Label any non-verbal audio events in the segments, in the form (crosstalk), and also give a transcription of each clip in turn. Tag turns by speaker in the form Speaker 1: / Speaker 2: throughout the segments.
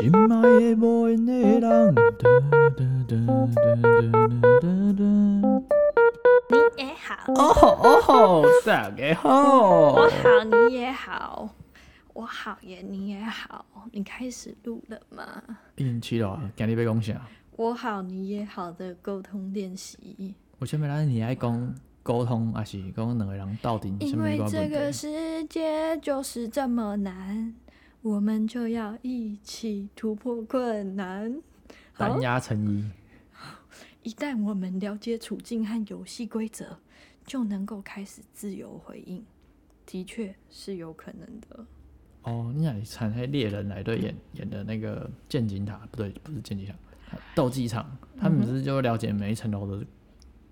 Speaker 1: 心爱的无缘的人。哒哒哒哒哒哒哒。
Speaker 2: 你也好，
Speaker 1: 哦吼哦吼，大家好
Speaker 2: 我好，你也好，我好耶，你也好。你开始录了吗？
Speaker 1: 一零七了，今日要讲啥？
Speaker 2: 我好，你也好的沟通练习，
Speaker 1: 为什么咱你爱讲沟通，还是讲两个人到底什
Speaker 2: 因
Speaker 1: 么
Speaker 2: 为
Speaker 1: 关
Speaker 2: 这个
Speaker 1: 问题？
Speaker 2: 世界就是这么难，我们就要一起突破困难。好
Speaker 1: 单，压成一，
Speaker 2: 一旦我们了解处境和游戏规则，就能够开始自由回应。的确是有可能的。
Speaker 1: 哦，你想产黑猎人来队演演的那个剑井塔，不对，不是剑井塔，斗技场，他们只是就了解每一层楼的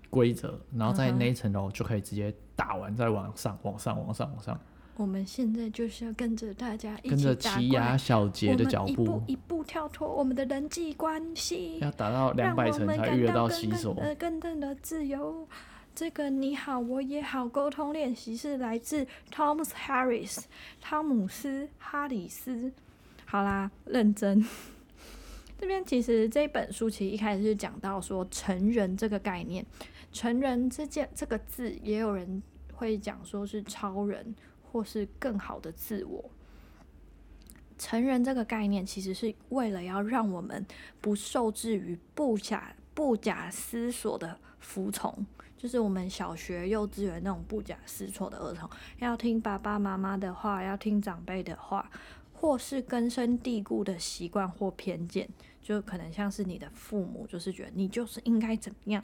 Speaker 1: 规则，然后在
Speaker 2: 嗯哼
Speaker 1: 那一层楼就可以直接打完，再往上，往上，往上，往上，
Speaker 2: 我们现在就是要跟着大家一
Speaker 1: 跟着
Speaker 2: 起打
Speaker 1: 奇
Speaker 2: 怪
Speaker 1: 亚小
Speaker 2: 我
Speaker 1: 杰的
Speaker 2: 们
Speaker 1: 脚
Speaker 2: 一
Speaker 1: 步
Speaker 2: 步，一步跳脱我们的人际关系，
Speaker 1: 要打到两
Speaker 2: 让
Speaker 1: 百
Speaker 2: 我
Speaker 1: 层
Speaker 2: 们
Speaker 1: 才
Speaker 2: 感
Speaker 1: 遇得
Speaker 2: 到
Speaker 1: 到
Speaker 2: 更
Speaker 1: 洗
Speaker 2: 更
Speaker 1: 手。
Speaker 2: 呃，更更的自由。这个你好，我也好，沟通练习是来自 Thomas Harris，汤姆斯·哈里斯。好啦，认真。 (laughs) 这边其实这本书其实一开始是讲到说成人这个概念，成人这件这个字，也有人会讲说是超人或是更好的自我。成人这个概念其实是为了要让我们不受制于不假不假思索的服从，就是我们小学、幼稚园那种不假思索的儿童，要听爸爸妈妈的话，要听长辈的话，或是根深蒂固的习惯或偏见，就可能像是你的父母，就是觉得你就是应该怎么样。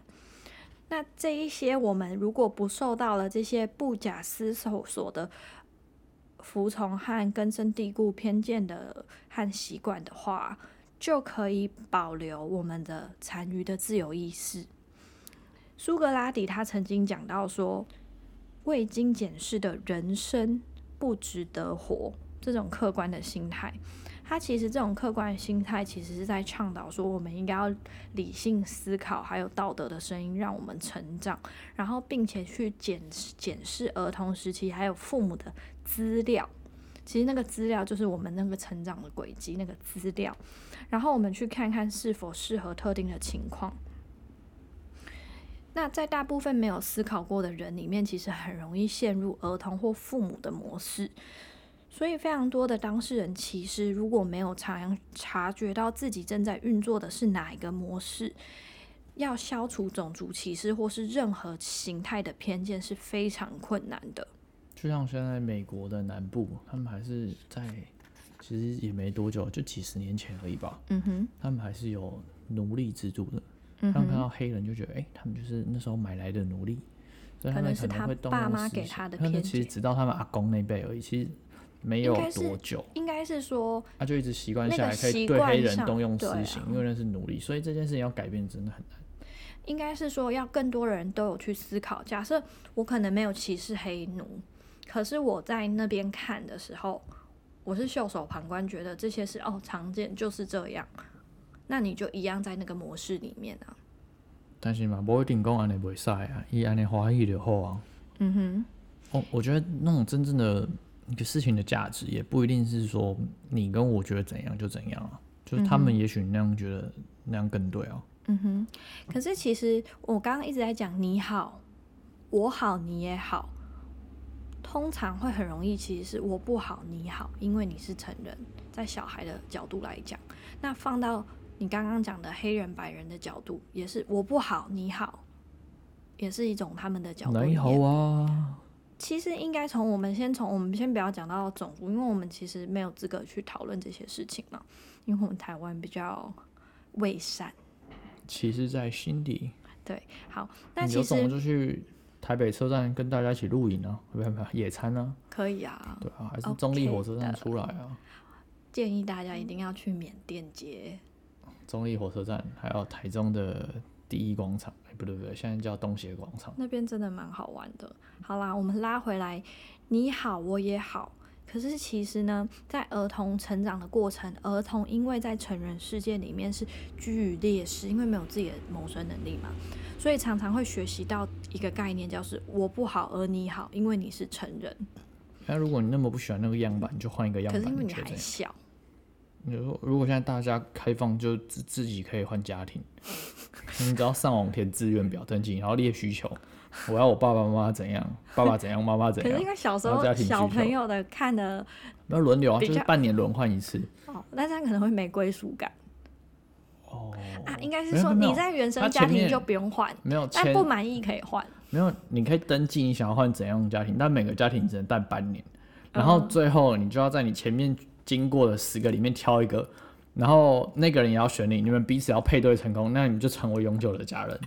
Speaker 2: 那这一些，我们如果不受到了这些不假思索所的服从和根深蒂固偏见的和习惯的话，就可以保留我们的残余的自由意识。苏格拉底他曾经讲到说，未经检视的人生不值得活，这种客观的心态。他其实这种客观的心态，其实是在倡导说，我们应该要理性思考，还有道德的声音，让我们成长，然后并且去检视检视儿童时期还有父母的资料。其实那个资料就是我们那个成长的轨迹，那个资料，然后我们去看看是否适合特定的情况。那在大部分没有思考过的人里面，其实很容易陷入儿童或父母的模式，所以非常多的当事人其实如果没有察察觉到自己正在运作的是哪一个模式，要消除种族歧视或是任何形态的偏见是非常困难的。
Speaker 1: 就像现在美国的南部，他们还是在，其实也没多久，就几十年前而已吧，
Speaker 2: 嗯哼，
Speaker 1: 他们还是有奴隶制度的。
Speaker 2: 嗯
Speaker 1: 他们看
Speaker 2: 哼，
Speaker 1: 到黑人就觉得，哎、他们就是那时候买来的奴隶，所以
Speaker 2: 可
Speaker 1: 们
Speaker 2: 能
Speaker 1: 可
Speaker 2: 是
Speaker 1: 能
Speaker 2: 他
Speaker 1: 会动
Speaker 2: 爸
Speaker 1: 用
Speaker 2: 妈
Speaker 1: 思
Speaker 2: 给
Speaker 1: 想
Speaker 2: 他的
Speaker 1: 那那
Speaker 2: 偏
Speaker 1: 其实
Speaker 2: 见
Speaker 1: 直到他们阿公那辈而已，其实没
Speaker 2: 应
Speaker 1: 有
Speaker 2: 该
Speaker 1: 多
Speaker 2: 是
Speaker 1: 久，
Speaker 2: 应该是说
Speaker 1: 他就一直习惯
Speaker 2: 那
Speaker 1: 下
Speaker 2: 个
Speaker 1: 来可以
Speaker 2: 习
Speaker 1: 对黑
Speaker 2: 惯
Speaker 1: 人
Speaker 2: 上
Speaker 1: 动用
Speaker 2: 对啊
Speaker 1: 私刑，因为那是奴隶，所以这件事情要改变真的很难。
Speaker 2: 应该是说要更多人都有去思考。假设我可能没有歧视黑奴，可是我在那边看的时候，我是袖手旁观，觉得这些是哦常见就是这样，那你就一样在那个模式里面啊。
Speaker 1: 但是嘛，不一定讲安尼袂使啊，伊安尼欢喜就好啊。
Speaker 2: 嗯哼，
Speaker 1: 我我觉得那种真正的一个事情的价值，也不一定是说你跟我觉得怎样就怎样啊，就是他们也许那样觉得那样更对啊。
Speaker 2: 嗯哼。可是其实我刚刚一直在讲你好，我好你也好，通常会很容易其实是我不好你好，因为你是成人，在小孩的角度来讲，那放到你刚刚讲的黑人白人的角度，也是我不好你好，也是一种他们的角度里
Speaker 1: 你
Speaker 2: 面。
Speaker 1: 好啊，
Speaker 2: 其实应该从我们先从我们先不要讲到种族，因为我们其实没有资格去讨论这些事情嘛，因为我们台湾比较伪善。
Speaker 1: 其实，在心底。
Speaker 2: 对，好，那
Speaker 1: 你
Speaker 2: 其
Speaker 1: 有种
Speaker 2: 实
Speaker 1: 就去台北车站跟大家一起露营啊，不不不，野餐啊，
Speaker 2: 可以啊，
Speaker 1: 对啊，还是中立
Speaker 2: OK
Speaker 1: 火车站
Speaker 2: 的
Speaker 1: 出来啊，
Speaker 2: 建议大家一定要去缅甸街。
Speaker 1: 中立火车站，还有台中的第一广场，哎不对不对，现在叫东协广场。
Speaker 2: 那边真的蛮好玩的。好啦，我们拉回来，你好，我也好。可是其实呢，在儿童成长的过程，儿童因为在成人世界里面是居于劣势，因为没有自己的谋生能力嘛，所以常常会学习到一个概念，叫是“我不好而你好”，因为你是成人，
Speaker 1: 那如果你那么不喜欢那个样板，你就换一个样
Speaker 2: 可
Speaker 1: 板，
Speaker 2: 是因为
Speaker 1: 你
Speaker 2: 你
Speaker 1: 觉得怎
Speaker 2: 还
Speaker 1: 样？
Speaker 2: 小，
Speaker 1: 如如果现在大家开放，就自自己可以换家庭，你只要上网填志愿表登记，然后列需求，我要我爸爸妈妈怎
Speaker 2: (laughs)
Speaker 1: 样，爸爸怎样，妈妈怎
Speaker 2: 可是
Speaker 1: 样
Speaker 2: 因，为小时
Speaker 1: 啊然后家
Speaker 2: 候
Speaker 1: 庭需
Speaker 2: 小
Speaker 1: 求
Speaker 2: 朋友的看的
Speaker 1: 那轮流啊，
Speaker 2: 比
Speaker 1: 就是
Speaker 2: 较
Speaker 1: 半年轮换一次。
Speaker 2: 哦，那这样可能会没归属感
Speaker 1: 哦，
Speaker 2: 啊。应该
Speaker 1: 没
Speaker 2: 是
Speaker 1: 有
Speaker 2: 说
Speaker 1: 没有
Speaker 2: 你在原
Speaker 1: 他
Speaker 2: 生
Speaker 1: 前
Speaker 2: 家庭
Speaker 1: 面
Speaker 2: 就不用换，
Speaker 1: 没有
Speaker 2: 但
Speaker 1: 签
Speaker 2: 不满意可以换。
Speaker 1: 没有，你可以登记你想要换怎样的家庭，但每个家庭只能带半年，
Speaker 2: 嗯
Speaker 1: 然后最后你就要在你前面经过的十个里面挑一个，然后那个人也要选你，你们彼此要配对成功，那你们就成为永久的家人。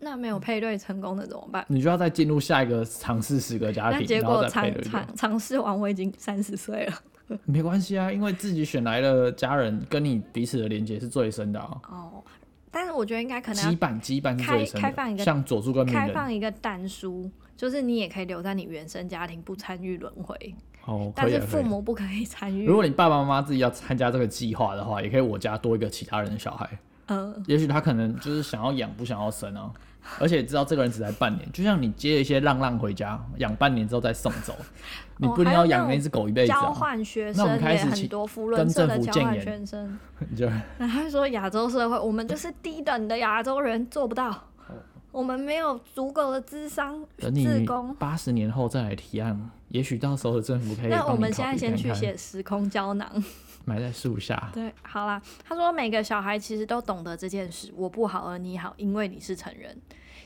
Speaker 2: 那没有配对成功的怎么办？
Speaker 1: 你就要再进入下一个尝试十个家
Speaker 2: 那
Speaker 1: 庭，
Speaker 2: 结
Speaker 1: 然后
Speaker 2: 果
Speaker 1: 再配
Speaker 2: 尝
Speaker 1: 对对。
Speaker 2: 尝尝试完，我已经三十岁了。
Speaker 1: 没关系啊，因为自己选来的家人跟你彼此的连接是最深的啊，
Speaker 2: 哦，但是我觉得应该可能
Speaker 1: 羁
Speaker 2: 要
Speaker 1: 绊羁绊是最深
Speaker 2: 开开放一
Speaker 1: 的。
Speaker 2: 个
Speaker 1: 像佐助跟鸣
Speaker 2: 开
Speaker 1: 人，
Speaker 2: 放一个单书，就是你也可以留在你原生家庭，不参与轮回，
Speaker 1: 哦，可
Speaker 2: 但
Speaker 1: 以
Speaker 2: 是
Speaker 1: 啊可
Speaker 2: 父
Speaker 1: 以啊。
Speaker 2: 母不可以参与
Speaker 1: 如。果你爸爸妈妈自己要参加这个计划的话，也可以我家多一个其他人的小孩。
Speaker 2: 嗯，
Speaker 1: 也许他可能就是想要养，不想要生啊。而且知道这个人只来半年，就像你接一些浪浪回家，养半年之后再送
Speaker 2: (laughs)
Speaker 1: 走，你不一定要养那只狗一辈子
Speaker 2: 交
Speaker 1: 啊。
Speaker 2: 换学
Speaker 1: 那我
Speaker 2: 生
Speaker 1: 们开
Speaker 2: 也
Speaker 1: 始
Speaker 2: 很
Speaker 1: 请
Speaker 2: 多，福
Speaker 1: 跟
Speaker 2: 伦社
Speaker 1: 政
Speaker 2: 的
Speaker 1: 府
Speaker 2: 交
Speaker 1: 建
Speaker 2: 换
Speaker 1: 言
Speaker 2: 学生。
Speaker 1: (laughs) 你就
Speaker 2: 然后他说亚洲社会，我们就是低等的亚洲人，做不到，我们没有足够的智商
Speaker 1: 等
Speaker 2: 自
Speaker 1: 嗯呃你
Speaker 2: 工。
Speaker 1: 八十年后再来提案，也许到时候的政府可以
Speaker 2: 那
Speaker 1: 帮
Speaker 2: 我
Speaker 1: 你
Speaker 2: 们
Speaker 1: 考
Speaker 2: 现在
Speaker 1: 虑
Speaker 2: 先
Speaker 1: 看
Speaker 2: 去
Speaker 1: 看
Speaker 2: 写时空胶囊。 (laughs)
Speaker 1: 埋在树下。
Speaker 2: 对，好啦，他说每个小孩其实都懂得这件事，我不好而你好，因为你是成人。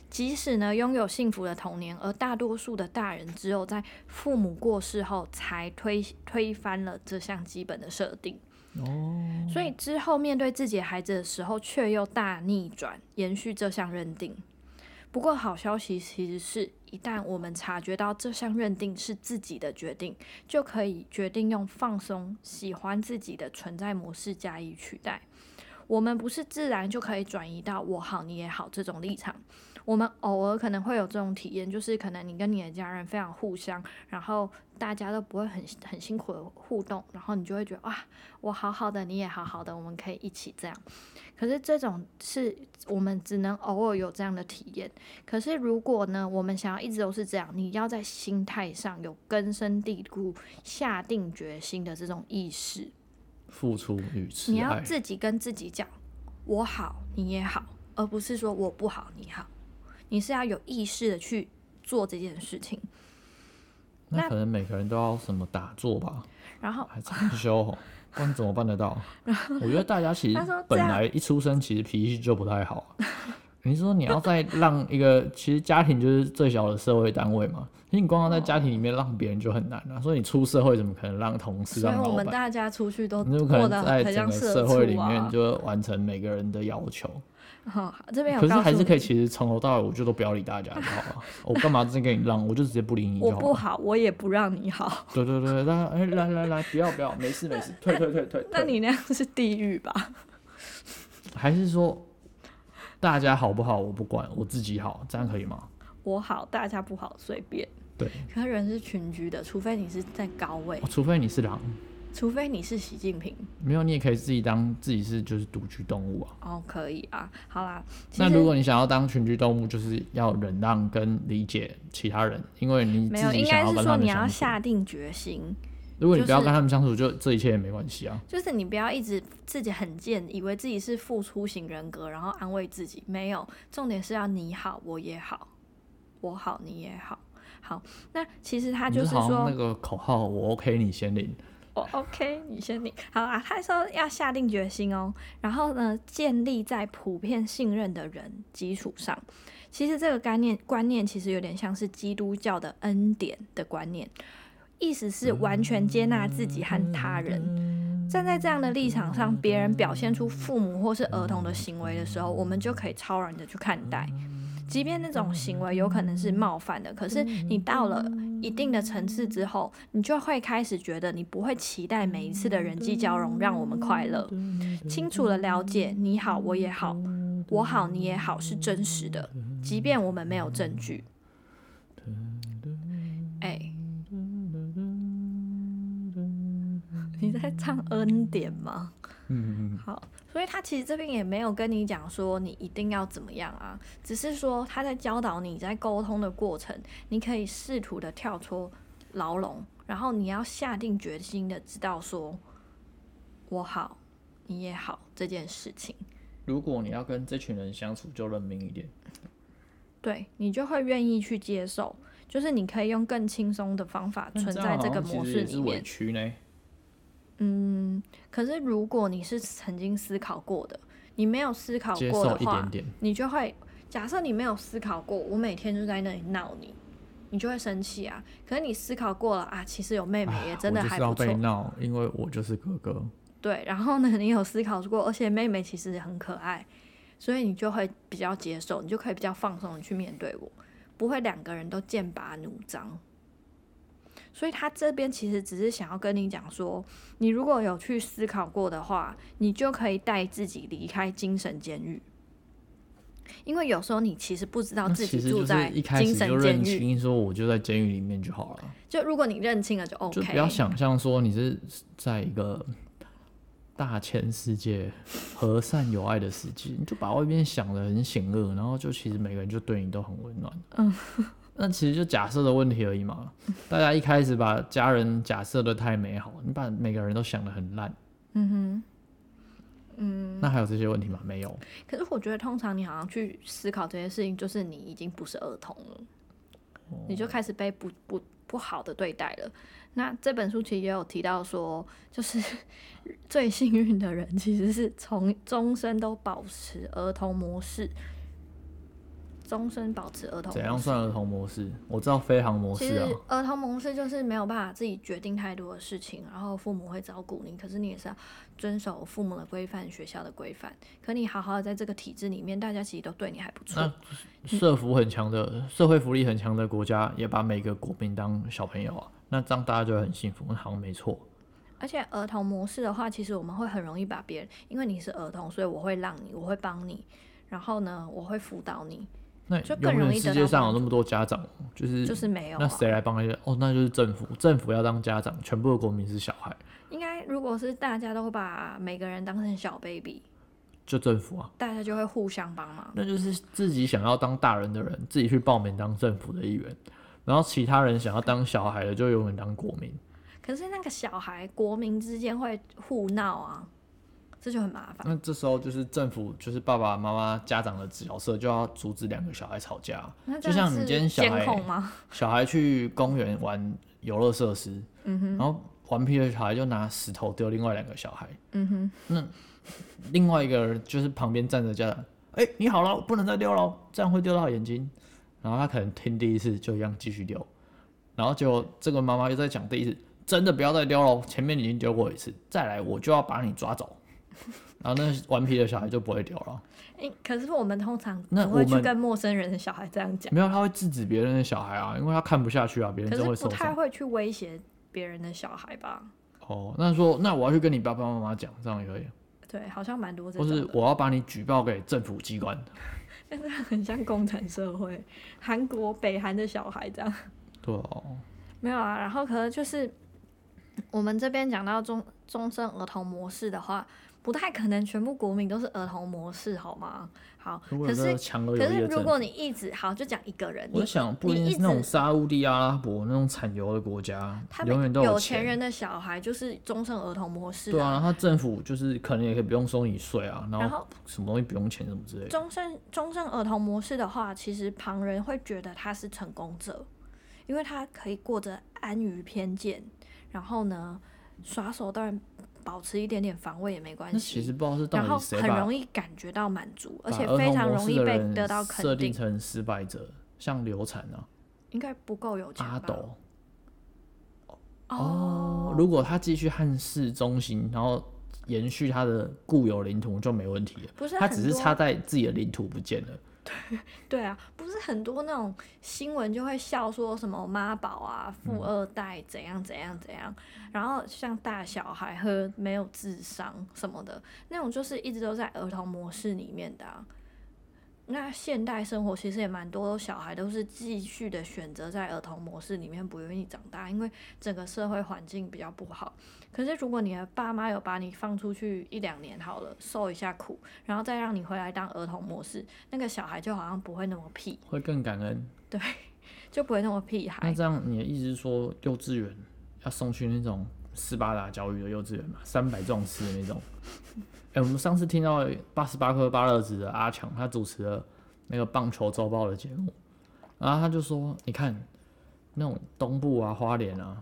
Speaker 2: 即使呢拥有幸福的童年，而大多数的大人只有在父母过世后才推推翻了这项基本的设定，
Speaker 1: 哦，
Speaker 2: 所以之后面对自己的孩子的时候，却又大逆转，延续这项认定。不过好消息其实是，一旦我们察觉到这项认定是自己的决定，就可以决定用放松、喜欢自己的存在模式加以取代。我们不是自然就可以转移到“我好你也好”这种立场。我们偶尔可能会有这种体验，就是可能你跟你的家人非常互相，然后大家都不会很很辛苦的互动，然后你就会觉得哇，我好好的，你也好好的，我们可以一起这样。可是这种是我们只能偶尔有这样的体验。可是如果呢，我们想要一直都是这样，你要在心态上有根深蒂固、下定决心的这种意识，
Speaker 1: 付出与慈
Speaker 2: 你要
Speaker 1: 爱，
Speaker 2: 自己跟自己讲，我好，你也好，而不是说我不好，你好。你是要有意识的去做这件事情，
Speaker 1: 那
Speaker 2: 那
Speaker 1: 可能每个人都要什么打坐
Speaker 2: (laughs)
Speaker 1: 吧，
Speaker 2: 然后
Speaker 1: 还禅修哦，不然怎么办得到？我觉得大家其实
Speaker 2: 他说这
Speaker 1: 本
Speaker 2: 样
Speaker 1: 来一出生其实脾气就不太好啊、
Speaker 2: (laughs)
Speaker 1: 你是说你要再让一个，其实家庭就是最小的社会单位嘛，其实你光要在家庭里面让别人就很难了、所以你出社会怎么可能让同事、
Speaker 2: 所以
Speaker 1: 让
Speaker 2: 我
Speaker 1: 老
Speaker 2: 们
Speaker 1: 板？
Speaker 2: 大家出去都
Speaker 1: 你怎么
Speaker 2: 过
Speaker 1: 可
Speaker 2: 得
Speaker 1: 能在
Speaker 2: 很
Speaker 1: 整
Speaker 2: 像
Speaker 1: 个
Speaker 2: 社
Speaker 1: 社
Speaker 2: 畜
Speaker 1: 会里面
Speaker 2: 啊。
Speaker 1: 就完成每个人的要求？
Speaker 2: (laughs) 好，这边有
Speaker 1: 可是
Speaker 2: 告
Speaker 1: 还
Speaker 2: 诉
Speaker 1: 是可以，
Speaker 2: 你，
Speaker 1: 其实从头到尾我就都不要理大家就好了。
Speaker 2: (laughs)
Speaker 1: 我干嘛真跟你浪？我就直接不理你
Speaker 2: 我
Speaker 1: 就好
Speaker 2: 不
Speaker 1: 了。
Speaker 2: 好，我也不让你好， (laughs)
Speaker 1: 对对对，那哎来来来，不要不要，没事没事，退退退退。退
Speaker 2: 那你那样是地狱吧？
Speaker 1: 还是说大家好不好我不管，我自己好，这样可以吗？
Speaker 2: 我好，大家不好，随便。
Speaker 1: 对，
Speaker 2: 可是人是群居的，除非你是在高位
Speaker 1: 哦，除非你是狼，
Speaker 2: 除非你是习近平。
Speaker 1: 没有你也可以自己当自己是就是独居动物啊。
Speaker 2: 哦，可以啊，好啦。其
Speaker 1: 那
Speaker 2: 实
Speaker 1: 如果你想要当群居动物，就是要忍让跟理解其他人，因为你
Speaker 2: 没有，
Speaker 1: 自己
Speaker 2: 应
Speaker 1: 想
Speaker 2: 该是
Speaker 1: 跟
Speaker 2: 说
Speaker 1: 他们
Speaker 2: 你要
Speaker 1: 相处。
Speaker 2: 下定决心，
Speaker 1: 如果你
Speaker 2: 就
Speaker 1: 不要
Speaker 2: 是
Speaker 1: 跟他们相处，就这一切也没关系啊。
Speaker 2: 就是你不要一直自己很贱，以为自己是付出型人格，然后安慰自己。没有，重点是要你好，我也好，我好，你也好。好，那其实他
Speaker 1: 你
Speaker 2: 就
Speaker 1: 就是好
Speaker 2: 说，
Speaker 1: 像那个口号，我 OK 你先领，
Speaker 2: 我哦 OK，你先领。好啊，他说要下定决心哦，然后呢，建立在普遍信任的人基础上。其实这个概念观念其实有点像是基督教的恩典的观念，意思是完全接纳自己和他人。站在这样的立场上，别人表现出父母或是儿童的行为的时候，我们就可以超然的去看待。即便那种行为有可能是冒犯的，可是你到了一定的层次之后，你就会开始觉得你不会期待每一次的人际交融让我们快乐。清楚的了解你好我也好，我好你也好是真实的，即便我们没有证据。哎、你在唱恩典吗？
Speaker 1: 嗯，
Speaker 2: 好，所以他其实这边也没有跟你讲说你一定要怎么样啊，只是说他在教导你在沟通的过程，你可以试图的跳出牢笼，然后你要下定决心的知道说，我好，你也好这件事情，
Speaker 1: 如果你要跟这群人相处，就认命一点。
Speaker 2: 对你就会愿意去接受，就是你可以用更轻松的方法存在这个
Speaker 1: 但
Speaker 2: 模式
Speaker 1: 这样好像其实也
Speaker 2: 里
Speaker 1: 是
Speaker 2: 面
Speaker 1: 委。屈呢。
Speaker 2: 嗯，可是如果你是曾经思考过的，你没有思考
Speaker 1: 接
Speaker 2: 过的
Speaker 1: 受一
Speaker 2: 话，
Speaker 1: 点点
Speaker 2: 你就会假设你没有思考过，我每天就在那里闹你，你就会生气啊。可是你思考过了啊，其实有妹妹也真的
Speaker 1: 啊我就
Speaker 2: 还
Speaker 1: 是要
Speaker 2: 不错，
Speaker 1: 被闹，因为我就是哥哥。
Speaker 2: 对。然后呢， (laughs) 你有思考过，而且妹妹其实很可爱，所以你就会比较接受，你就可以比较放松的去面对我，不会两个人都剑拔弩张。所以他这边其实只是想要跟你讲说，你如果有去思考过的话，你就可以带自己离开精神监狱。因为有时候你其实不知道
Speaker 1: 那
Speaker 2: 自
Speaker 1: 其
Speaker 2: 己
Speaker 1: 实就
Speaker 2: 住
Speaker 1: 是
Speaker 2: 在
Speaker 1: 一开始
Speaker 2: 精神
Speaker 1: 就
Speaker 2: 监
Speaker 1: 认
Speaker 2: 狱，
Speaker 1: 清，说我就在监狱里面就好了，
Speaker 2: 就如果你认清了就
Speaker 1: 就
Speaker 2: OK，
Speaker 1: 不要想象说你是在一个大千世界和善有爱的世界，你就把外面想的很险恶，然后就其实每个人就对你都很温暖。
Speaker 2: 嗯，
Speaker 1: (laughs) 那其实就假设的问题而已嘛。大家一开始把家人假设的太美好，你把每个人都想的很烂，
Speaker 2: 嗯哼。
Speaker 1: 那还有这些问题吗？没有。
Speaker 2: 可是我觉得，通常你好像去思考这些事情，就是你已经不是儿童了，你
Speaker 1: 哦
Speaker 2: 就开始被不不不好的对待了。那这本书其实也有提到说，就是 (laughs) 最幸运的人其实是从终身都保持儿童模式，终身保持儿童模式
Speaker 1: 怎样算儿童模式？我知道飞航模
Speaker 2: 其
Speaker 1: 式
Speaker 2: 实
Speaker 1: 啊，
Speaker 2: 儿童模式就是没有办法自己决定太多的事情，然后父母会照顾你，可是你也是要遵守父母的规范、学校的规范。可你好好的在这个体制里面，大家其实都对你还不错
Speaker 1: 那。社福很强的、社会福利很强的国家，也把每个国民当小朋友啊，那这样大家就会很幸福，那好像没错。
Speaker 2: 而且儿童模式的话，其实我们会很容易把别人，因为你是儿童，所以我会让你，我会帮你，然后呢，我会辅导你，
Speaker 1: 那
Speaker 2: 就
Speaker 1: 永
Speaker 2: 更容
Speaker 1: 远
Speaker 2: 易得
Speaker 1: 世
Speaker 2: 到
Speaker 1: 界上有
Speaker 2: 帮
Speaker 1: 那么多家长，就是
Speaker 2: 就是没有、
Speaker 1: 那
Speaker 2: 啊。
Speaker 1: 谁来帮那些？哦，那就是政府，政府要当家长，全部的国民是小孩，
Speaker 2: 应该如果是大家都把每个人当成小 baby，
Speaker 1: 就政府啊。
Speaker 2: 大家就会互相帮忙。
Speaker 1: 那就是自己想要当大人的人，自己去报名当政府的一员，然后其他人想要当小孩的，就永远当国民。
Speaker 2: 可是那个小孩国民之间会互闹啊，这就很麻烦。
Speaker 1: 那这时候就是政府，就是爸爸妈妈、家长的角色，就要阻止两个小孩吵架啊。
Speaker 2: 那
Speaker 1: 就像你今天小
Speaker 2: 监
Speaker 1: 孩
Speaker 2: 控吗？
Speaker 1: 小孩去公园玩游乐设施，
Speaker 2: 嗯
Speaker 1: 然后顽皮的小孩就拿石头丢另外两个小孩，
Speaker 2: 嗯哼，
Speaker 1: 另外一个人就是旁边站着家长，哎、你好了，不能再丢了，这样会丢到眼睛。然后他可能听第一次就一样继续丢，然后结果这个妈妈又在讲第一次，真的不要再丢了，前面已经丢过一次，再来我就要把你抓走。然后那顽皮的小孩就不会丢了，
Speaker 2: 诶可是我们通常
Speaker 1: 那
Speaker 2: 不会
Speaker 1: 我
Speaker 2: 去
Speaker 1: 们
Speaker 2: 跟陌生人的小孩这样讲，
Speaker 1: 没有他会制止别人的小孩啊，因为他看不下去啊，别人
Speaker 2: 可
Speaker 1: 真会
Speaker 2: 是不
Speaker 1: 受伤
Speaker 2: 太。会去威胁别人的小孩吧？
Speaker 1: 哦，那说那我要去跟你爸爸妈妈讲，这样也可以。
Speaker 2: 对，好像蛮多这
Speaker 1: 或
Speaker 2: 种
Speaker 1: 是
Speaker 2: 的，
Speaker 1: 我要把你举报给政府机关，
Speaker 2: 但是很像共产社会，韩国北韩的小孩这样。 (laughs)
Speaker 1: 对哦，
Speaker 2: 没有啊，然后可能就是我们这边讲到终终身儿童模式的话，不太可能全部国民都是儿童模式，好吗？好，
Speaker 1: 如果
Speaker 2: 可
Speaker 1: 有这
Speaker 2: 是
Speaker 1: 个强而有
Speaker 2: 可
Speaker 1: 力
Speaker 2: 是
Speaker 1: 的
Speaker 2: 如
Speaker 1: 政
Speaker 2: 果
Speaker 1: 府，
Speaker 2: 你一直好，就讲一个人，
Speaker 1: 我
Speaker 2: 你
Speaker 1: 想不一
Speaker 2: 你
Speaker 1: 定
Speaker 2: 一
Speaker 1: 是那种
Speaker 2: 直
Speaker 1: 沙乌地阿拉伯那种产油的国家
Speaker 2: 他，
Speaker 1: 永
Speaker 2: 们
Speaker 1: 远都
Speaker 2: 钱
Speaker 1: 钱。
Speaker 2: 人的小孩就是终身儿童模式
Speaker 1: 对啊，他政府就是可能也可以不用收你税啊，
Speaker 2: 然
Speaker 1: 然
Speaker 2: 后
Speaker 1: 后什么东西不用钱什么之类的。
Speaker 2: 终身终身儿童模式的话，其实旁人会觉得他是成功者，因为他可以过着安于偏见，然后呢，耍手段保持一点点防卫也没关
Speaker 1: 那
Speaker 2: 系
Speaker 1: 其。实不知道是到
Speaker 2: 然后
Speaker 1: 底是谁
Speaker 2: 很
Speaker 1: 把
Speaker 2: 容易感觉到满足，而
Speaker 1: 把
Speaker 2: 且
Speaker 1: 儿
Speaker 2: 非
Speaker 1: 童
Speaker 2: 常
Speaker 1: 模
Speaker 2: 容
Speaker 1: 式
Speaker 2: 易
Speaker 1: 的
Speaker 2: 被
Speaker 1: 人
Speaker 2: 得到
Speaker 1: 设
Speaker 2: 肯
Speaker 1: 定
Speaker 2: 定，
Speaker 1: 成失败者，像流产啊、
Speaker 2: 应该不够有钱
Speaker 1: 阿
Speaker 2: 吧？
Speaker 1: 斗
Speaker 2: 哦，
Speaker 1: 如果他继续汉室中心，然后延续他的固有领土就没问题了。
Speaker 2: 不是
Speaker 1: 他
Speaker 2: 很
Speaker 1: 只是
Speaker 2: 多
Speaker 1: 插在自己的领土不见了。
Speaker 2: 对啊，不是很多那种新闻就会笑说什么妈宝啊、富二代怎样怎样怎样，然后像大小孩和没有智商什么的那种，就是一直都在儿童模式里面的、啊。那现代生活其实也蛮多小孩都是继续的选择在儿童模式里面，不愿意长大，因为整个社会环境比较不好。可是如果你的爸妈有把你放出去一两年好了，受一下苦，然后再让你回来当儿童模式，那个小孩就好像不会那么屁，
Speaker 1: 会更感恩。
Speaker 2: 就不会那么屁
Speaker 1: 那
Speaker 2: 孩。
Speaker 1: 嗯这样你的意思是说，幼稚园要送去那种斯巴达教育的幼稚园嘛，三百壮士的那种。哎、我们上次听到八十八颗巴勒子的阿强，他主持了那个棒球周报的节目，然后他就说，你看那种东部啊、花莲啊、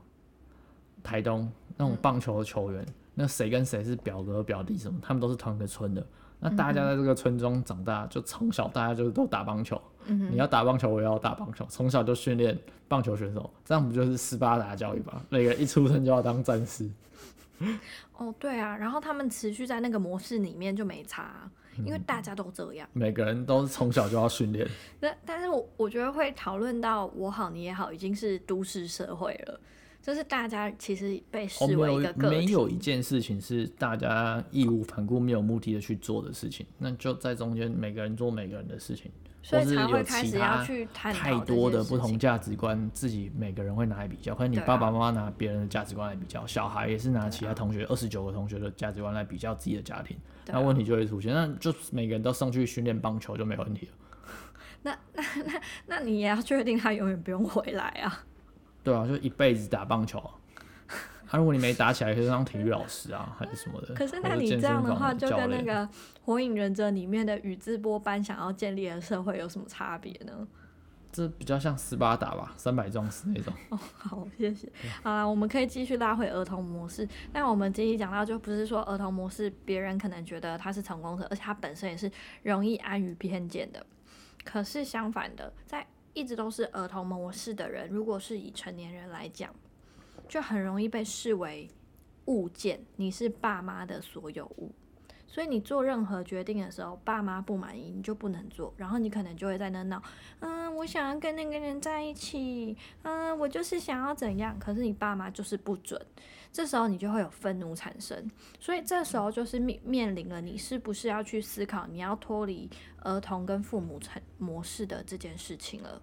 Speaker 1: 台东那种棒球球员，那谁跟谁是表哥表弟什么，他们都是同一个村的。那大家在这个村中长大，就从小大家就是都打棒球。你要打棒球，我也要打棒球，从小就训练棒球选手，这样不就是斯巴达教育吗？那个一出生就要当战士。
Speaker 2: 哦，对啊，然后他们持续在那个模式里面就没差啊，因
Speaker 1: 嗯
Speaker 2: 为大家都这样。
Speaker 1: 每个人都是从小就要训练，
Speaker 2: 那但是我我觉得会讨论到我好你也好，已经是都市社会了，就是大家其实被
Speaker 1: 我
Speaker 2: 视
Speaker 1: 没
Speaker 2: 为一个
Speaker 1: 有
Speaker 2: 个
Speaker 1: 哦没
Speaker 2: 体。
Speaker 1: 有一件事情是大家义无反顾、没有目的的去做的事情，那就在中间每个人做每个人的事情，
Speaker 2: 所以
Speaker 1: 或是
Speaker 2: 才
Speaker 1: 有
Speaker 2: 会开
Speaker 1: 其
Speaker 2: 始要
Speaker 1: 他
Speaker 2: 去探讨
Speaker 1: 太
Speaker 2: 这
Speaker 1: 多
Speaker 2: 件
Speaker 1: 的
Speaker 2: 事
Speaker 1: 不同
Speaker 2: 情
Speaker 1: 价值观，自己每个人会拿来比较，或者你
Speaker 2: 对啊啊
Speaker 1: 爸爸妈妈拿别人的价值观来比较，小孩也是拿其他同学二十九个同学的价值观来比较自己的家庭，
Speaker 2: 对啊
Speaker 1: 那问题就会出现。那就每个人都上去训练棒球就没问题了。
Speaker 2: 那你也要确定他永远不用回来
Speaker 1: (laughs)
Speaker 2: 啊。
Speaker 1: 对啊，就一辈子打棒球啊。 (laughs) 啊，如果你没打起来，可以当体育老师啊，还是什么的。
Speaker 2: 可是
Speaker 1: 或
Speaker 2: 那
Speaker 1: 者
Speaker 2: 你
Speaker 1: 健
Speaker 2: 这样
Speaker 1: 身
Speaker 2: 的
Speaker 1: 房
Speaker 2: 话，就
Speaker 1: 教
Speaker 2: 跟那
Speaker 1: 练
Speaker 2: 个《火影忍者》里面的宇智波斑想要建立的社会有什么差别呢？
Speaker 1: 这比较像斯巴达吧，三百壮士那种。
Speaker 2: 好，谢谢。好啦，我们可以继续拉回儿童模式。那我们这一讲到，就不是说儿童模式，别人可能觉得他是成功者，而且他本身也是容易安于偏见的。可是相反的，在一直都是儿童模式的人，如果是以成年人来讲，就很容易被视为物件，你是爸妈的所有物。所以你做任何决定的时候，爸妈不满意，你就不能做，然后你可能就会在那闹，嗯，我想要跟那个人在一起，嗯，我就是想要怎样，可是你爸妈就是不准，这时候你就会有愤怒产生，所以这时候就是面面临了你是不是要去思考你要脱离儿童跟父母成模式的这件事情了。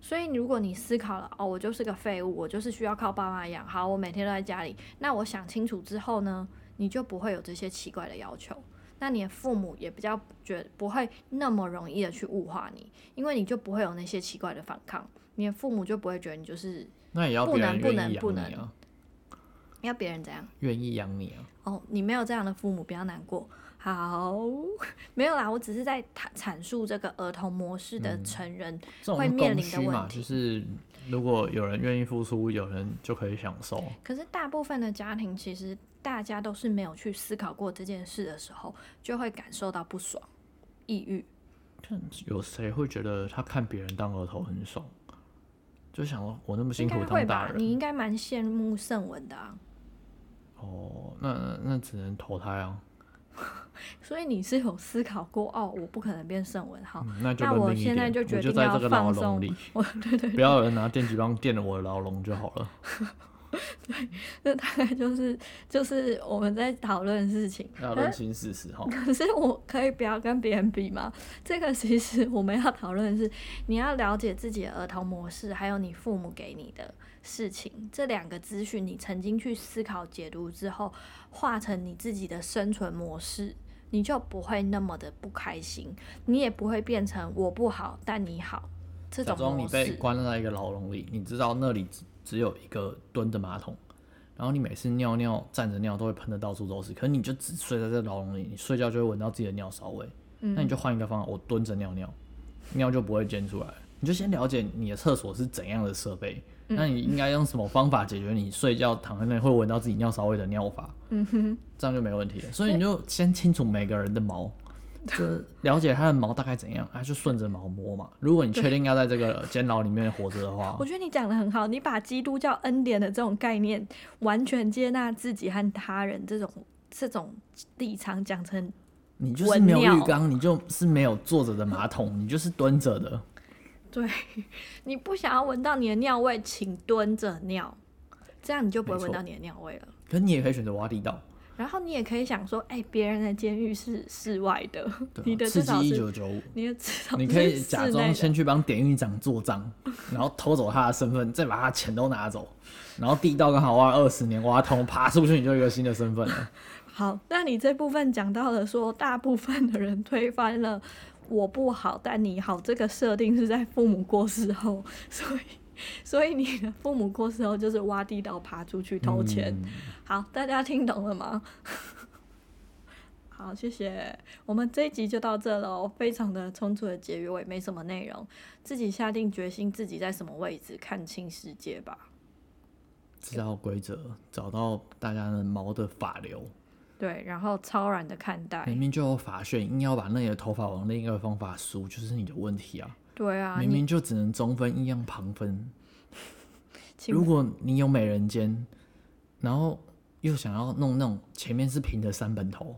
Speaker 2: 所以，如果你思考了哦，我就是个废物，我就是需要靠爸妈养，好，我每天都在家里，那我想清楚之后呢，你就不会有这些奇怪的要求。那你的父母也比较觉不会那么容易的去物化你，因为你就不会有那些奇怪的反抗，你的父母就不会觉得你就是
Speaker 1: 那也要
Speaker 2: 不
Speaker 1: 别
Speaker 2: 能
Speaker 1: 人
Speaker 2: 不
Speaker 1: 愿
Speaker 2: 能
Speaker 1: 意
Speaker 2: 不
Speaker 1: 养你
Speaker 2: 能
Speaker 1: 啊，
Speaker 2: 要别人怎样
Speaker 1: 愿意养你啊。
Speaker 2: 哦，你没有这样的父母，不要难过。好， (laughs) 没有啦，我只是在阐阐述这个儿童模式的
Speaker 1: 嗯
Speaker 2: 成人，
Speaker 1: 啊这种
Speaker 2: 会
Speaker 1: 是
Speaker 2: 面
Speaker 1: 供
Speaker 2: 临的
Speaker 1: 需嘛，
Speaker 2: 问题
Speaker 1: 就是如果有人愿意付出，有人就可以享受。
Speaker 2: 可是大部分的家庭其实大家都是没有去思考过这件事的时候，就会感受到不爽、抑郁。
Speaker 1: 看有谁会觉得他看别人当额头很爽？就想说我那么
Speaker 2: 应
Speaker 1: 辛
Speaker 2: 该
Speaker 1: 苦
Speaker 2: 会
Speaker 1: 当大
Speaker 2: 吧？你
Speaker 1: 人，
Speaker 2: 应该蛮羡慕圣文的啊，
Speaker 1: 哦，那那那只能投胎啊，
Speaker 2: 所以你是有思考过哦，我不可能变圣文哈。
Speaker 1: 嗯那就
Speaker 2: 那
Speaker 1: 认
Speaker 2: 我
Speaker 1: 命一
Speaker 2: 现在
Speaker 1: 点，
Speaker 2: 就决
Speaker 1: 我就
Speaker 2: 定
Speaker 1: 在
Speaker 2: 要
Speaker 1: 这个牢
Speaker 2: 放松
Speaker 1: 笼里，
Speaker 2: 我对
Speaker 1: (laughs)
Speaker 2: 对，
Speaker 1: 不要有人拿电击棒电了我的牢笼就
Speaker 2: (laughs)
Speaker 1: 好了。
Speaker 2: 这大概就是就是我们在讨论的事情。
Speaker 1: 要认清事实哈。
Speaker 2: (laughs) 可是我可以不要跟别人比吗？这个其实我们要讨论的是，你要了解自己的儿童模式，还有你父母给你的事情，这两个资讯你曾经去思考解读之后，化成你自己的生存模式，你就不会那么的不开心，你也不会变成我不好但你好这
Speaker 1: 假
Speaker 2: 种
Speaker 1: 装你
Speaker 2: 模
Speaker 1: 被
Speaker 2: 式。
Speaker 1: 关在一个牢笼里，你知道那里只只有一个蹲的马桶，然后你每次尿尿站着尿都会喷的到处都是，可是你就只睡在这牢笼里，你睡觉就会闻到自己的尿骚味。
Speaker 2: 嗯
Speaker 1: 那你就换一个方法，我蹲着尿尿，尿就不会溅出来了。你就先了解你的厕所是怎样的设备，
Speaker 2: 嗯
Speaker 1: 那你应该用什么方法解决你睡觉躺在那里会闻到自己尿骚味的尿法？嗯哼，这样就没问题了。所以你就先清楚每个人的毛，就是了解它的毛大概怎样，啊，就顺着毛摸嘛。如果你确定要在这个监牢里面活着的话
Speaker 2: 我，觉得你讲的很好，你把基督教恩典的这种概念，完全接纳自己和他人这种这种立场讲成
Speaker 1: 你就是没有
Speaker 2: 闻
Speaker 1: 浴
Speaker 2: 尿
Speaker 1: 缸，你就是没有坐着的马桶，你就是蹲着
Speaker 2: (laughs)
Speaker 1: 的。
Speaker 2: 对，你不想要闻到你的尿味，请蹲着尿，这样你就不会
Speaker 1: 没错
Speaker 2: 闻到你的尿味了。
Speaker 1: 可是你也可以选择挖地道，
Speaker 2: 然后你也可以想说，哎、别人的监狱是室外的，
Speaker 1: 对啊
Speaker 2: 你的
Speaker 1: 刺
Speaker 2: 至
Speaker 1: 激
Speaker 2: 少
Speaker 1: 一
Speaker 2: 是
Speaker 1: 九九五。
Speaker 2: 你的至少
Speaker 1: 你
Speaker 2: 哦是
Speaker 1: 可以
Speaker 2: 室
Speaker 1: 假
Speaker 2: 内
Speaker 1: 装
Speaker 2: 的
Speaker 1: 先去帮典狱长做账，然后偷走他的身份，再把他钱都拿走，然后地道刚好挖二十年挖通，爬出去你就有一个新的身份了。
Speaker 2: (laughs) 好。那你这部分讲到了说，大部分的人推翻了“我不好但你好”这个设定是在父母过世后，所以所以你的父母过世后就是挖地道爬出去偷钱。
Speaker 1: 嗯
Speaker 2: 好，大家听懂了吗？ (laughs) 好，谢谢。我们这一集就到这喽，非常的匆促的结尾，我也没什么内容。自己下定决心，自己在什么位置，看清世界吧。
Speaker 1: 知道规则，找到大家的毛的发流，
Speaker 2: 对，然后超然的看
Speaker 1: 明
Speaker 2: 待。
Speaker 1: 明就有法旋，硬要把那里的头发往另一个方法梳，就是你的问题啊！
Speaker 2: 对啊，
Speaker 1: 明
Speaker 2: 你
Speaker 1: 明就只能中分，硬要旁分。
Speaker 2: 请
Speaker 1: 如果你有美人尖，然后又想要弄那种前面是平的三本头，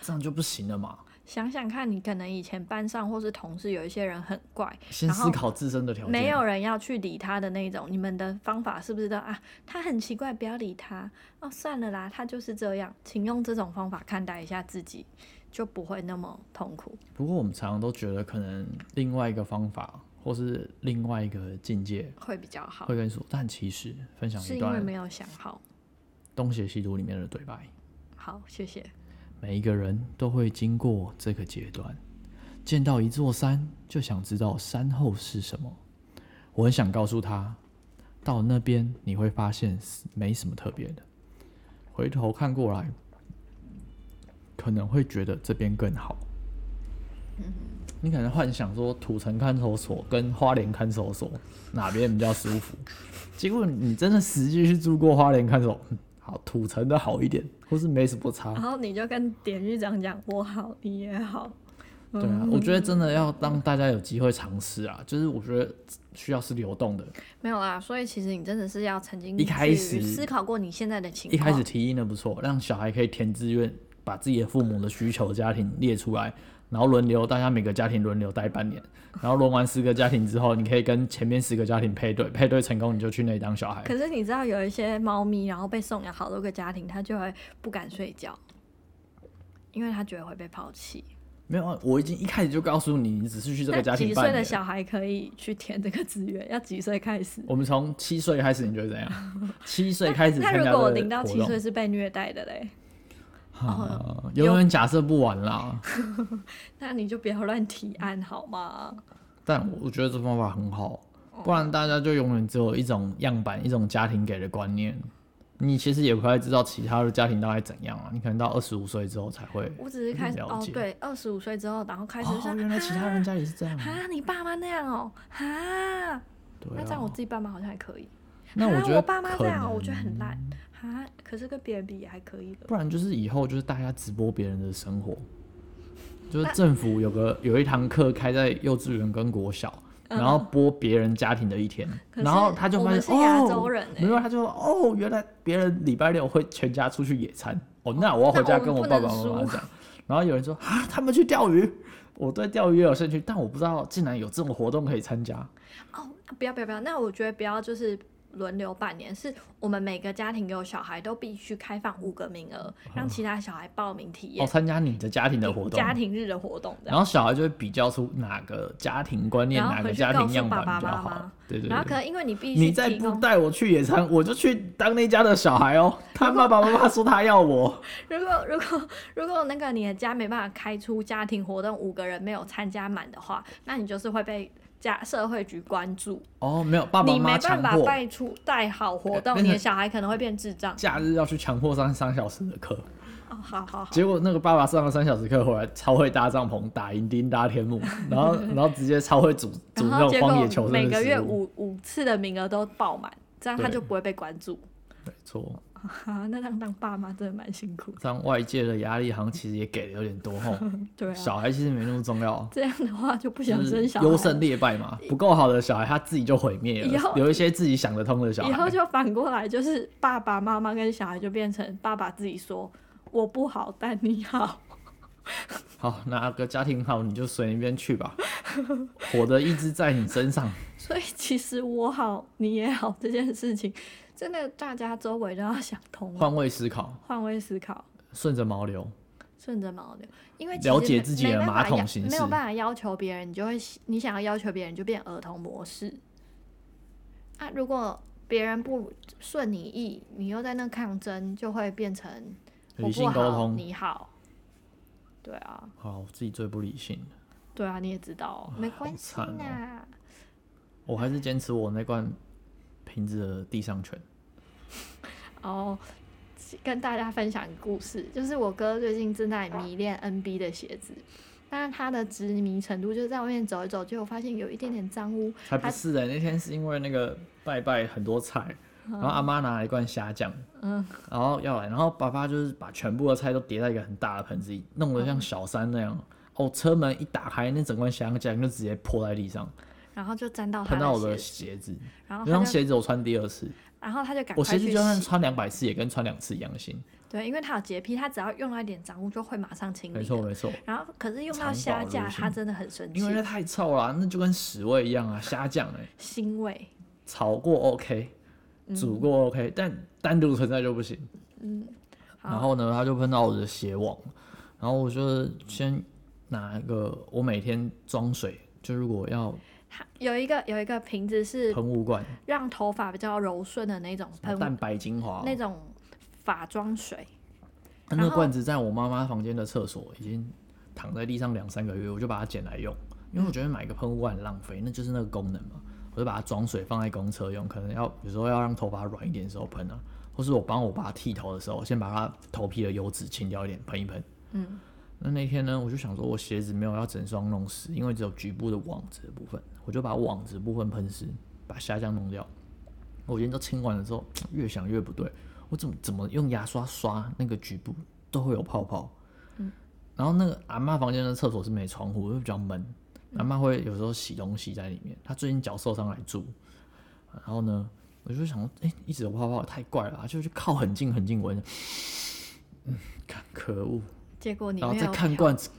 Speaker 1: 这样就不行了嘛！
Speaker 2: 想想看，你可能以前班上或是同事有一些人很怪，
Speaker 1: 先
Speaker 2: 然后
Speaker 1: 思考自身的条件。
Speaker 2: 没有人要去理他的那种，你们的方法是不是都啊？他很奇怪，不要理他哦，算了啦，他就是这样，请用这种方法看待一下自己，就不会那么痛苦。
Speaker 1: 不过我们常常都觉得，可能另外一个方法或是另外一个境界
Speaker 2: 会比较好
Speaker 1: 会，跟你说，但其实分享
Speaker 2: 是
Speaker 1: 一
Speaker 2: 因为
Speaker 1: 段
Speaker 2: 没
Speaker 1: 《
Speaker 2: 有想好。
Speaker 1: 东邪西毒》里面的对白：
Speaker 2: 好，谢谢。
Speaker 1: 每一个人都会经过这个阶段，见到一座山就想知道山后是什么。我很想告诉他，到那边你会发现是没什么特别的。回头看过来，可能会觉得这边更好。你可能幻想说土城看守所跟花莲看守所哪边比较舒服，结果你真的实际去住过花莲看守，嗯好土城的好一点，或是没什么差。
Speaker 2: 然后你就跟典狱长讲，我好，你也好。
Speaker 1: 对啊，我觉得真的要让大家有机会尝试啊，就是我觉得需要是流动的。
Speaker 2: 没有啦，所以其实你真的是要曾经
Speaker 1: 一开
Speaker 2: 去
Speaker 1: 始
Speaker 2: 思考过你现在的情
Speaker 1: 一
Speaker 2: 况。
Speaker 1: 开始提议呢不错，让小孩可以填志愿，把自己的父母的需求家庭列出来，然后轮流，大家每个家庭轮流待半年，然后轮完十个家庭之后，你可以跟前面十个家庭配对，配对成功你就去那里当小孩。
Speaker 2: 可是你知道有一些猫咪，然后被送养好多个家庭，它就会不敢睡觉，因为它觉得会被抛弃。
Speaker 1: 没有啊，我已经一开始就告诉你，你只是去这
Speaker 2: 那
Speaker 1: 个家庭
Speaker 2: 几
Speaker 1: 半
Speaker 2: 岁的
Speaker 1: 年。
Speaker 2: 小孩可以去填这个志愿？要几岁开始？
Speaker 1: 我们从七岁开始，你觉得怎样？七岁开始
Speaker 2: 那
Speaker 1: 参
Speaker 2: 如
Speaker 1: 加这
Speaker 2: 果我
Speaker 1: 个
Speaker 2: 零到
Speaker 1: 活
Speaker 2: 七
Speaker 1: 动
Speaker 2: 岁是被虐待的嘞，
Speaker 1: 啊，永远假设不完啦。
Speaker 2: 那你就不要乱提案好吗？
Speaker 1: 但我觉得这方法很好，
Speaker 2: 哦
Speaker 1: 不然大家就永远只有一种样板，一种家庭给的观念。你其实也不太知道其他的家庭大概怎样啊，你可能到二十五岁之后才会
Speaker 2: 我只是开始
Speaker 1: 了
Speaker 2: 哦
Speaker 1: 解，
Speaker 2: 对，二十五岁之后，然后开始
Speaker 1: 哦，
Speaker 2: 说
Speaker 1: 原来其他人家里是这样啊。
Speaker 2: 哈，你爸妈那样哦，哈，
Speaker 1: 对
Speaker 2: 那
Speaker 1: 啊
Speaker 2: 这，样我自己爸妈好像还可以。
Speaker 1: 那我
Speaker 2: 哈
Speaker 1: 觉
Speaker 2: 我
Speaker 1: 得
Speaker 2: 爸妈这
Speaker 1: 可
Speaker 2: 样哦，我
Speaker 1: 能
Speaker 2: 觉得很烂。哈，可是跟别人比也还可以了。
Speaker 1: 不然就是以后就是大家直播别人的生活，就是
Speaker 2: 那
Speaker 1: 政府有个有一堂课开在幼稚园跟国小，
Speaker 2: 嗯
Speaker 1: 然后播别人家庭的一天，
Speaker 2: 可是
Speaker 1: 然后他就
Speaker 2: 我
Speaker 1: 发
Speaker 2: 们
Speaker 1: 现
Speaker 2: 是亚洲人
Speaker 1: 哦，
Speaker 2: 欸
Speaker 1: 没有他就说哦，原来别人礼拜六会全家出去野餐，哦，那我要回家跟我爸爸妈
Speaker 2: 那我
Speaker 1: 妈
Speaker 2: 们不能输
Speaker 1: 讲，然后有人说啊，他们去钓鱼。我对钓鱼也有兴趣，但我不知道竟然有这种活动可以参加。
Speaker 2: 哦，不要不要不要，那我觉得不要就是轮流半年，是我们每个家庭有小孩都必须开放五个名额，让其他小孩报名体
Speaker 1: 嗯哦，
Speaker 2: 验、
Speaker 1: 参加你的家庭的活动，啊
Speaker 2: 家庭日的活动这
Speaker 1: 然
Speaker 2: 样。
Speaker 1: 后小孩就会比较出哪个家庭观念、
Speaker 2: 然后
Speaker 1: 哪
Speaker 2: 回
Speaker 1: 个
Speaker 2: 去
Speaker 1: 家
Speaker 2: 告
Speaker 1: 庭
Speaker 2: 诉
Speaker 1: 样板
Speaker 2: 爸爸
Speaker 1: 比较
Speaker 2: 妈
Speaker 1: 好
Speaker 2: 妈。
Speaker 1: 对对
Speaker 2: 然后可
Speaker 1: 对。
Speaker 2: 能因为你必须
Speaker 1: 你再
Speaker 2: 提
Speaker 1: 不
Speaker 2: 供，
Speaker 1: 带我去野餐，我就去当那家的小孩哦。他爸爸妈妈说他要我，
Speaker 2: 如果如果如果那个你的家没办法开出家庭活动，五个人没有参加满的话，那你就是会被家社会局关注，
Speaker 1: 哦，没有爸爸
Speaker 2: 你
Speaker 1: 妈妈
Speaker 2: 没办
Speaker 1: 强
Speaker 2: 法
Speaker 1: 迫
Speaker 2: 带出带好活
Speaker 1: 那 (laughs)
Speaker 2: 动，
Speaker 1: 个
Speaker 2: 你的小孩可能会变智障。
Speaker 1: 假日要去强迫上三小时的课，
Speaker 2: 哦，好好好，
Speaker 1: 结果那个爸爸上了三小时课回来，超会搭帐篷、打营钉、搭天幕，
Speaker 2: (laughs)
Speaker 1: 然后然后直接超会煮煮
Speaker 2: 然
Speaker 1: 那
Speaker 2: 后
Speaker 1: 种
Speaker 2: 结
Speaker 1: 荒野求
Speaker 2: 果
Speaker 1: 生的
Speaker 2: 每个月
Speaker 1: 食物
Speaker 2: 五五次的名额都爆满，这样他
Speaker 1: 对
Speaker 2: 就不会被关注。 (laughs)
Speaker 1: 没错，
Speaker 2: 啊，那当当爸妈真的蛮辛苦的。
Speaker 1: 让外界的压力好像其实也给的有点多吼。
Speaker 2: (laughs) 对啊，
Speaker 1: 小孩其实没那么重要，
Speaker 2: 这样的话就不 (laughs) 想
Speaker 1: 就
Speaker 2: 生
Speaker 1: 是
Speaker 2: 小孩，
Speaker 1: 优胜劣败
Speaker 2: (laughs)
Speaker 1: 嘛，不够好的小孩他自己就毁灭
Speaker 2: 以后
Speaker 1: 了，有一些自己想得通的小
Speaker 2: 以后
Speaker 1: 孩，
Speaker 2: 就反过来，就是爸爸妈妈跟小孩就变成爸爸自己说我不好，但你好。 (laughs)
Speaker 1: 好哪个家庭好你就随便去
Speaker 2: (laughs)
Speaker 1: 吧，火的一直在你身上，
Speaker 2: 所以其实我好，你也好这件事情，真的大家周围都要想通了，
Speaker 1: 换位思考，
Speaker 2: 换位思考。
Speaker 1: 顺着毛流，
Speaker 2: 顺着毛流，因为其
Speaker 1: 了
Speaker 2: 实
Speaker 1: 解
Speaker 2: 没
Speaker 1: 自己
Speaker 2: 没
Speaker 1: 的
Speaker 2: 办
Speaker 1: 马
Speaker 2: 法
Speaker 1: 桶
Speaker 2: 要
Speaker 1: 形
Speaker 2: 没有
Speaker 1: 式
Speaker 2: 办法要求别人，你就会你想要要求别人就变儿童模式。啊，如果别人不顺你意，你又在那抗争，就会变成
Speaker 1: 理
Speaker 2: 我不
Speaker 1: 性沟
Speaker 2: 好，
Speaker 1: 通。
Speaker 2: 你好。对啊，
Speaker 1: 好，我自己最不理性了。
Speaker 2: 对啊，你也知道，没关系
Speaker 1: 啊惨哦
Speaker 2: 啦。
Speaker 1: 我还是坚持我那罐瓶子的地上权。
Speaker 2: 哦，跟大家分享一个故事，就是我哥最近正在迷恋 NB 的鞋子，但是他的执迷程度就是在外面走一走，结果发现有一点点脏污，
Speaker 1: 才不是欸的、那天是因为那个拜拜很多菜，然后阿妈拿了一罐虾酱，
Speaker 2: 嗯，
Speaker 1: 然后要来，然后爸爸就是把全部的菜都叠在一个很大的盆子里，弄
Speaker 2: 嗯
Speaker 1: 得像小山那样。哦，车门一打开，那整罐虾酱就直接泼在地上，
Speaker 2: 然后就沾到他
Speaker 1: 喷到我
Speaker 2: 的
Speaker 1: 的
Speaker 2: 哦鞋，
Speaker 1: 鞋子。
Speaker 2: 然后
Speaker 1: 那双
Speaker 2: 他就
Speaker 1: 鞋子我穿第二次，
Speaker 2: 然后他就赶
Speaker 1: 我
Speaker 2: 快
Speaker 1: 鞋子
Speaker 2: 去
Speaker 1: 就算
Speaker 2: 洗，
Speaker 1: 穿两百次也跟穿两次一样新。
Speaker 2: 对，因为他有洁癖，他只要用到一点脏污就会马上清理。
Speaker 1: 没错没错，
Speaker 2: 然后可是用
Speaker 1: 藏
Speaker 2: 到
Speaker 1: 宝
Speaker 2: 虾
Speaker 1: 如
Speaker 2: 架，
Speaker 1: 新
Speaker 2: 他真的很生气
Speaker 1: 因为，那太臭了啊、那就跟屎味一样啊，虾酱哎。
Speaker 2: 腥味。
Speaker 1: 炒过 OK，煮
Speaker 2: 嗯
Speaker 1: 过 OK，、但单独存在就不行。
Speaker 2: 好
Speaker 1: 然后呢，他就喷到我的鞋网，然后我就先拿一个，我每天装水，就如果要
Speaker 2: 它有一个有一个瓶子是
Speaker 1: 喷雾罐，
Speaker 2: 让头发比较柔顺的那种喷
Speaker 1: 蛋白精华哦，
Speaker 2: 那种发妆水，
Speaker 1: 那
Speaker 2: 然
Speaker 1: 个
Speaker 2: 后
Speaker 1: 罐子在我妈妈房间的厕所已经躺在地上两三个月，我就把它捡来用，因为我觉得买一个喷雾罐很浪费，那就是那个功能嘛。我就把它装水放在公车用，可能要有时候要让头发软一点的时候喷啊，或是我帮我爸剃头的时候，先把他头皮的油脂清掉一点，喷一喷。
Speaker 2: 嗯，
Speaker 1: 那那天呢，我就想说我鞋子没有要整双弄湿，因为只有局部的网子的部分，我就把网子的部分喷湿，把虾酱弄掉。我今天都清完了之后，越想越不对，我怎么怎么用牙刷刷那个局部都会有泡泡。然后那个阿嬷房间的厕所是没窗户，就比较闷。阿嬷会有时候洗东西在里面，她最近脚受伤来住。然后呢，我就想说，哎、一直有泡泡，太怪了吧，就去靠很近很近闻。嗯，看可恶，
Speaker 2: 结果你
Speaker 1: 然后
Speaker 2: 没
Speaker 1: 再
Speaker 2: 有
Speaker 1: 看
Speaker 2: 调
Speaker 1: 罐子，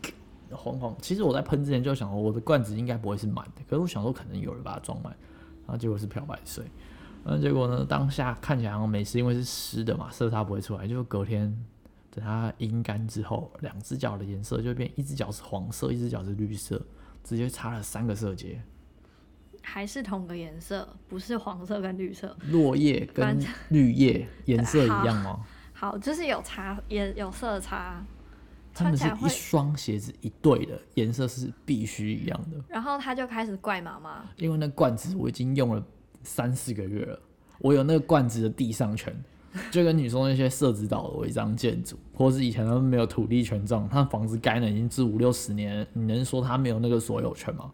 Speaker 1: 黄黄。其实我在喷之前就想说，我的罐子应该不会是满的，可是我想说可能有人把它装满，然后结果是漂白水。那结果呢，当下看起来好像没事，因为是湿的嘛，色差不会出来。就隔天等它阴干之后，两只脚的颜色就变，一只脚是黄色，一只脚是绿色，直接差了三个色阶，
Speaker 2: 还是同个颜色，不是黄色跟绿色。
Speaker 1: 落叶
Speaker 2: 反
Speaker 1: 跟绿叶颜色一样哦。
Speaker 2: 好，就是有差，也有色差。
Speaker 1: 它们
Speaker 2: (laughs) 穿起
Speaker 1: 是
Speaker 2: 来
Speaker 1: 一
Speaker 2: 会
Speaker 1: 双鞋子一对的，颜色是必须一样的。
Speaker 2: 然后他就开始怪妈妈，
Speaker 1: 因为那罐子我已经用了三四个月了，我有那个罐子的地上权，就跟你说那些社指导的违章建筑，或是以前他们没有土地权状，他房子盖了已经住五六十年了，你能说他没有那个所有权吗？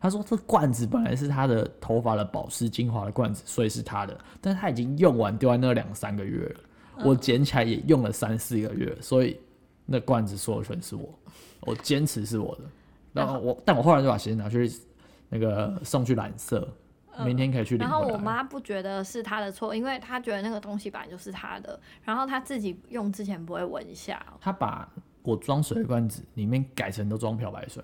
Speaker 1: 他说这罐子本来是他的头发的保湿精华的罐子，所以是他的，但是他已经用完丢在那两三个月了，
Speaker 2: 嗯
Speaker 1: 我捡起来也用了三四个月，所以那罐子所有权是我，我坚持是我的。然后我，但我后来就把鞋子拿去那个送去染色，明天可以去领
Speaker 2: 嗯然后
Speaker 1: 回
Speaker 2: 我
Speaker 1: 来。
Speaker 2: 妈不觉得是她的错，因为她觉得那个东西本来就是她的，然后她自己用之前不会闻一下哦、
Speaker 1: 他把我装水的罐子里面改成都装漂白水，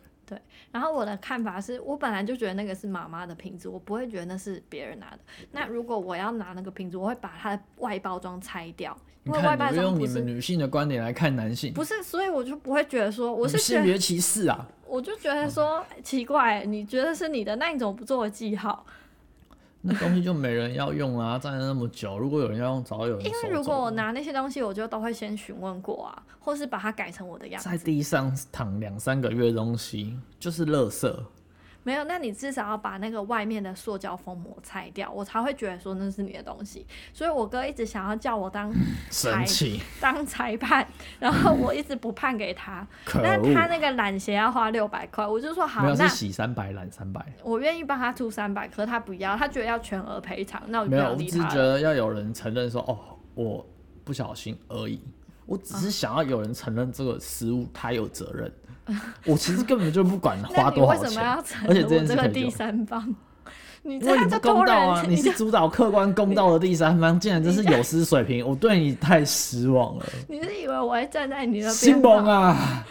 Speaker 2: 然后我的看法是我本来就觉得那个是妈妈的瓶子，我不会觉得那是别人拿的。那如果我要拿那个瓶子，我会把它的外包装拆掉，因
Speaker 1: 你
Speaker 2: 为外
Speaker 1: 看，
Speaker 2: 包
Speaker 1: 你就
Speaker 2: 装
Speaker 1: 用
Speaker 2: 不
Speaker 1: 你们
Speaker 2: 是
Speaker 1: 女性的观点来看男性，
Speaker 2: 不是，所以我就不会觉得说我
Speaker 1: 你们
Speaker 2: 是
Speaker 1: 哦
Speaker 2: 觉
Speaker 1: 性
Speaker 2: 得
Speaker 1: 别歧视啊！
Speaker 2: 我就觉得说奇怪，你觉得是你的，那你怎么不做个记号？
Speaker 1: 那东西就没人要用啊，站了那么久，如果有人要用，早有人
Speaker 2: 因为
Speaker 1: 收
Speaker 2: 如
Speaker 1: 走
Speaker 2: 果
Speaker 1: 了
Speaker 2: 我拿那些东西，我就都会先询问过啊，或是把它改成我的样子。
Speaker 1: 在地上躺两三个月的东西就是垃圾，
Speaker 2: 没有，那你至少要把那个外面的塑胶封膜拆掉，我才会觉得说那是你的东西。所以我哥一直想要叫
Speaker 1: (laughs)
Speaker 2: 我当
Speaker 1: 生气，
Speaker 2: 当裁判，然后我一直不判给他。
Speaker 1: 可
Speaker 2: 那
Speaker 1: 恶！
Speaker 2: 他那个染鞋要花六百块，我就说好
Speaker 1: 没，有
Speaker 2: 那
Speaker 1: 是洗三百染三百，
Speaker 2: 我愿意帮他出三百，可是他不要，他觉得要全额赔偿，那我就
Speaker 1: 没有，
Speaker 2: 哦不要
Speaker 1: 我
Speaker 2: 理
Speaker 1: 只是
Speaker 2: 他
Speaker 1: 觉
Speaker 2: 了。
Speaker 1: 得要有人承认说，哦，我不小心而已。我只
Speaker 2: 嗯
Speaker 1: 是想要有人承认这个失误，他有责
Speaker 2: (laughs)
Speaker 1: 任。我其实根本就不管
Speaker 2: 那
Speaker 1: 花
Speaker 2: 你
Speaker 1: 多
Speaker 2: 为
Speaker 1: 少
Speaker 2: 什么
Speaker 1: 钱，
Speaker 2: 要承
Speaker 1: 而且
Speaker 2: 认
Speaker 1: 这
Speaker 2: 我
Speaker 1: 件
Speaker 2: 这
Speaker 1: 事
Speaker 2: 个
Speaker 1: 可以
Speaker 2: 第
Speaker 1: 用
Speaker 2: 三方？你
Speaker 1: 因
Speaker 2: 这
Speaker 1: 为
Speaker 2: 样
Speaker 1: 你
Speaker 2: 就
Speaker 1: 不
Speaker 2: 多
Speaker 1: 公道啊！
Speaker 2: 人，
Speaker 1: 你
Speaker 2: 你
Speaker 1: 是
Speaker 2: 这
Speaker 1: 主导客观公道的第三方，竟然这
Speaker 2: (laughs)
Speaker 1: 是有失水平，我对你太失望了。
Speaker 2: 你是以为我会站在你的
Speaker 1: 新
Speaker 2: 边
Speaker 1: 蒙
Speaker 2: 吗？
Speaker 1: 啊，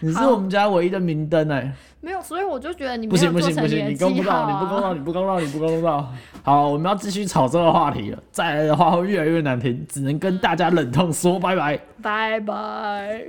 Speaker 1: 你是我们家唯一的明灯哎、
Speaker 2: 没有，所以我就觉得你
Speaker 1: 不
Speaker 2: 没有
Speaker 1: 行不
Speaker 2: 做
Speaker 1: 行
Speaker 2: 成
Speaker 1: 不
Speaker 2: 你
Speaker 1: 行，
Speaker 2: 的
Speaker 1: 你公
Speaker 2: 记
Speaker 1: 不
Speaker 2: 号
Speaker 1: 到，你不公
Speaker 2: 啊！
Speaker 1: 道，你不公道，你不公道。好，我们要继续炒这个话题了，再来的话会越来越难听，只能跟大家忍痛说拜拜。
Speaker 2: 拜拜。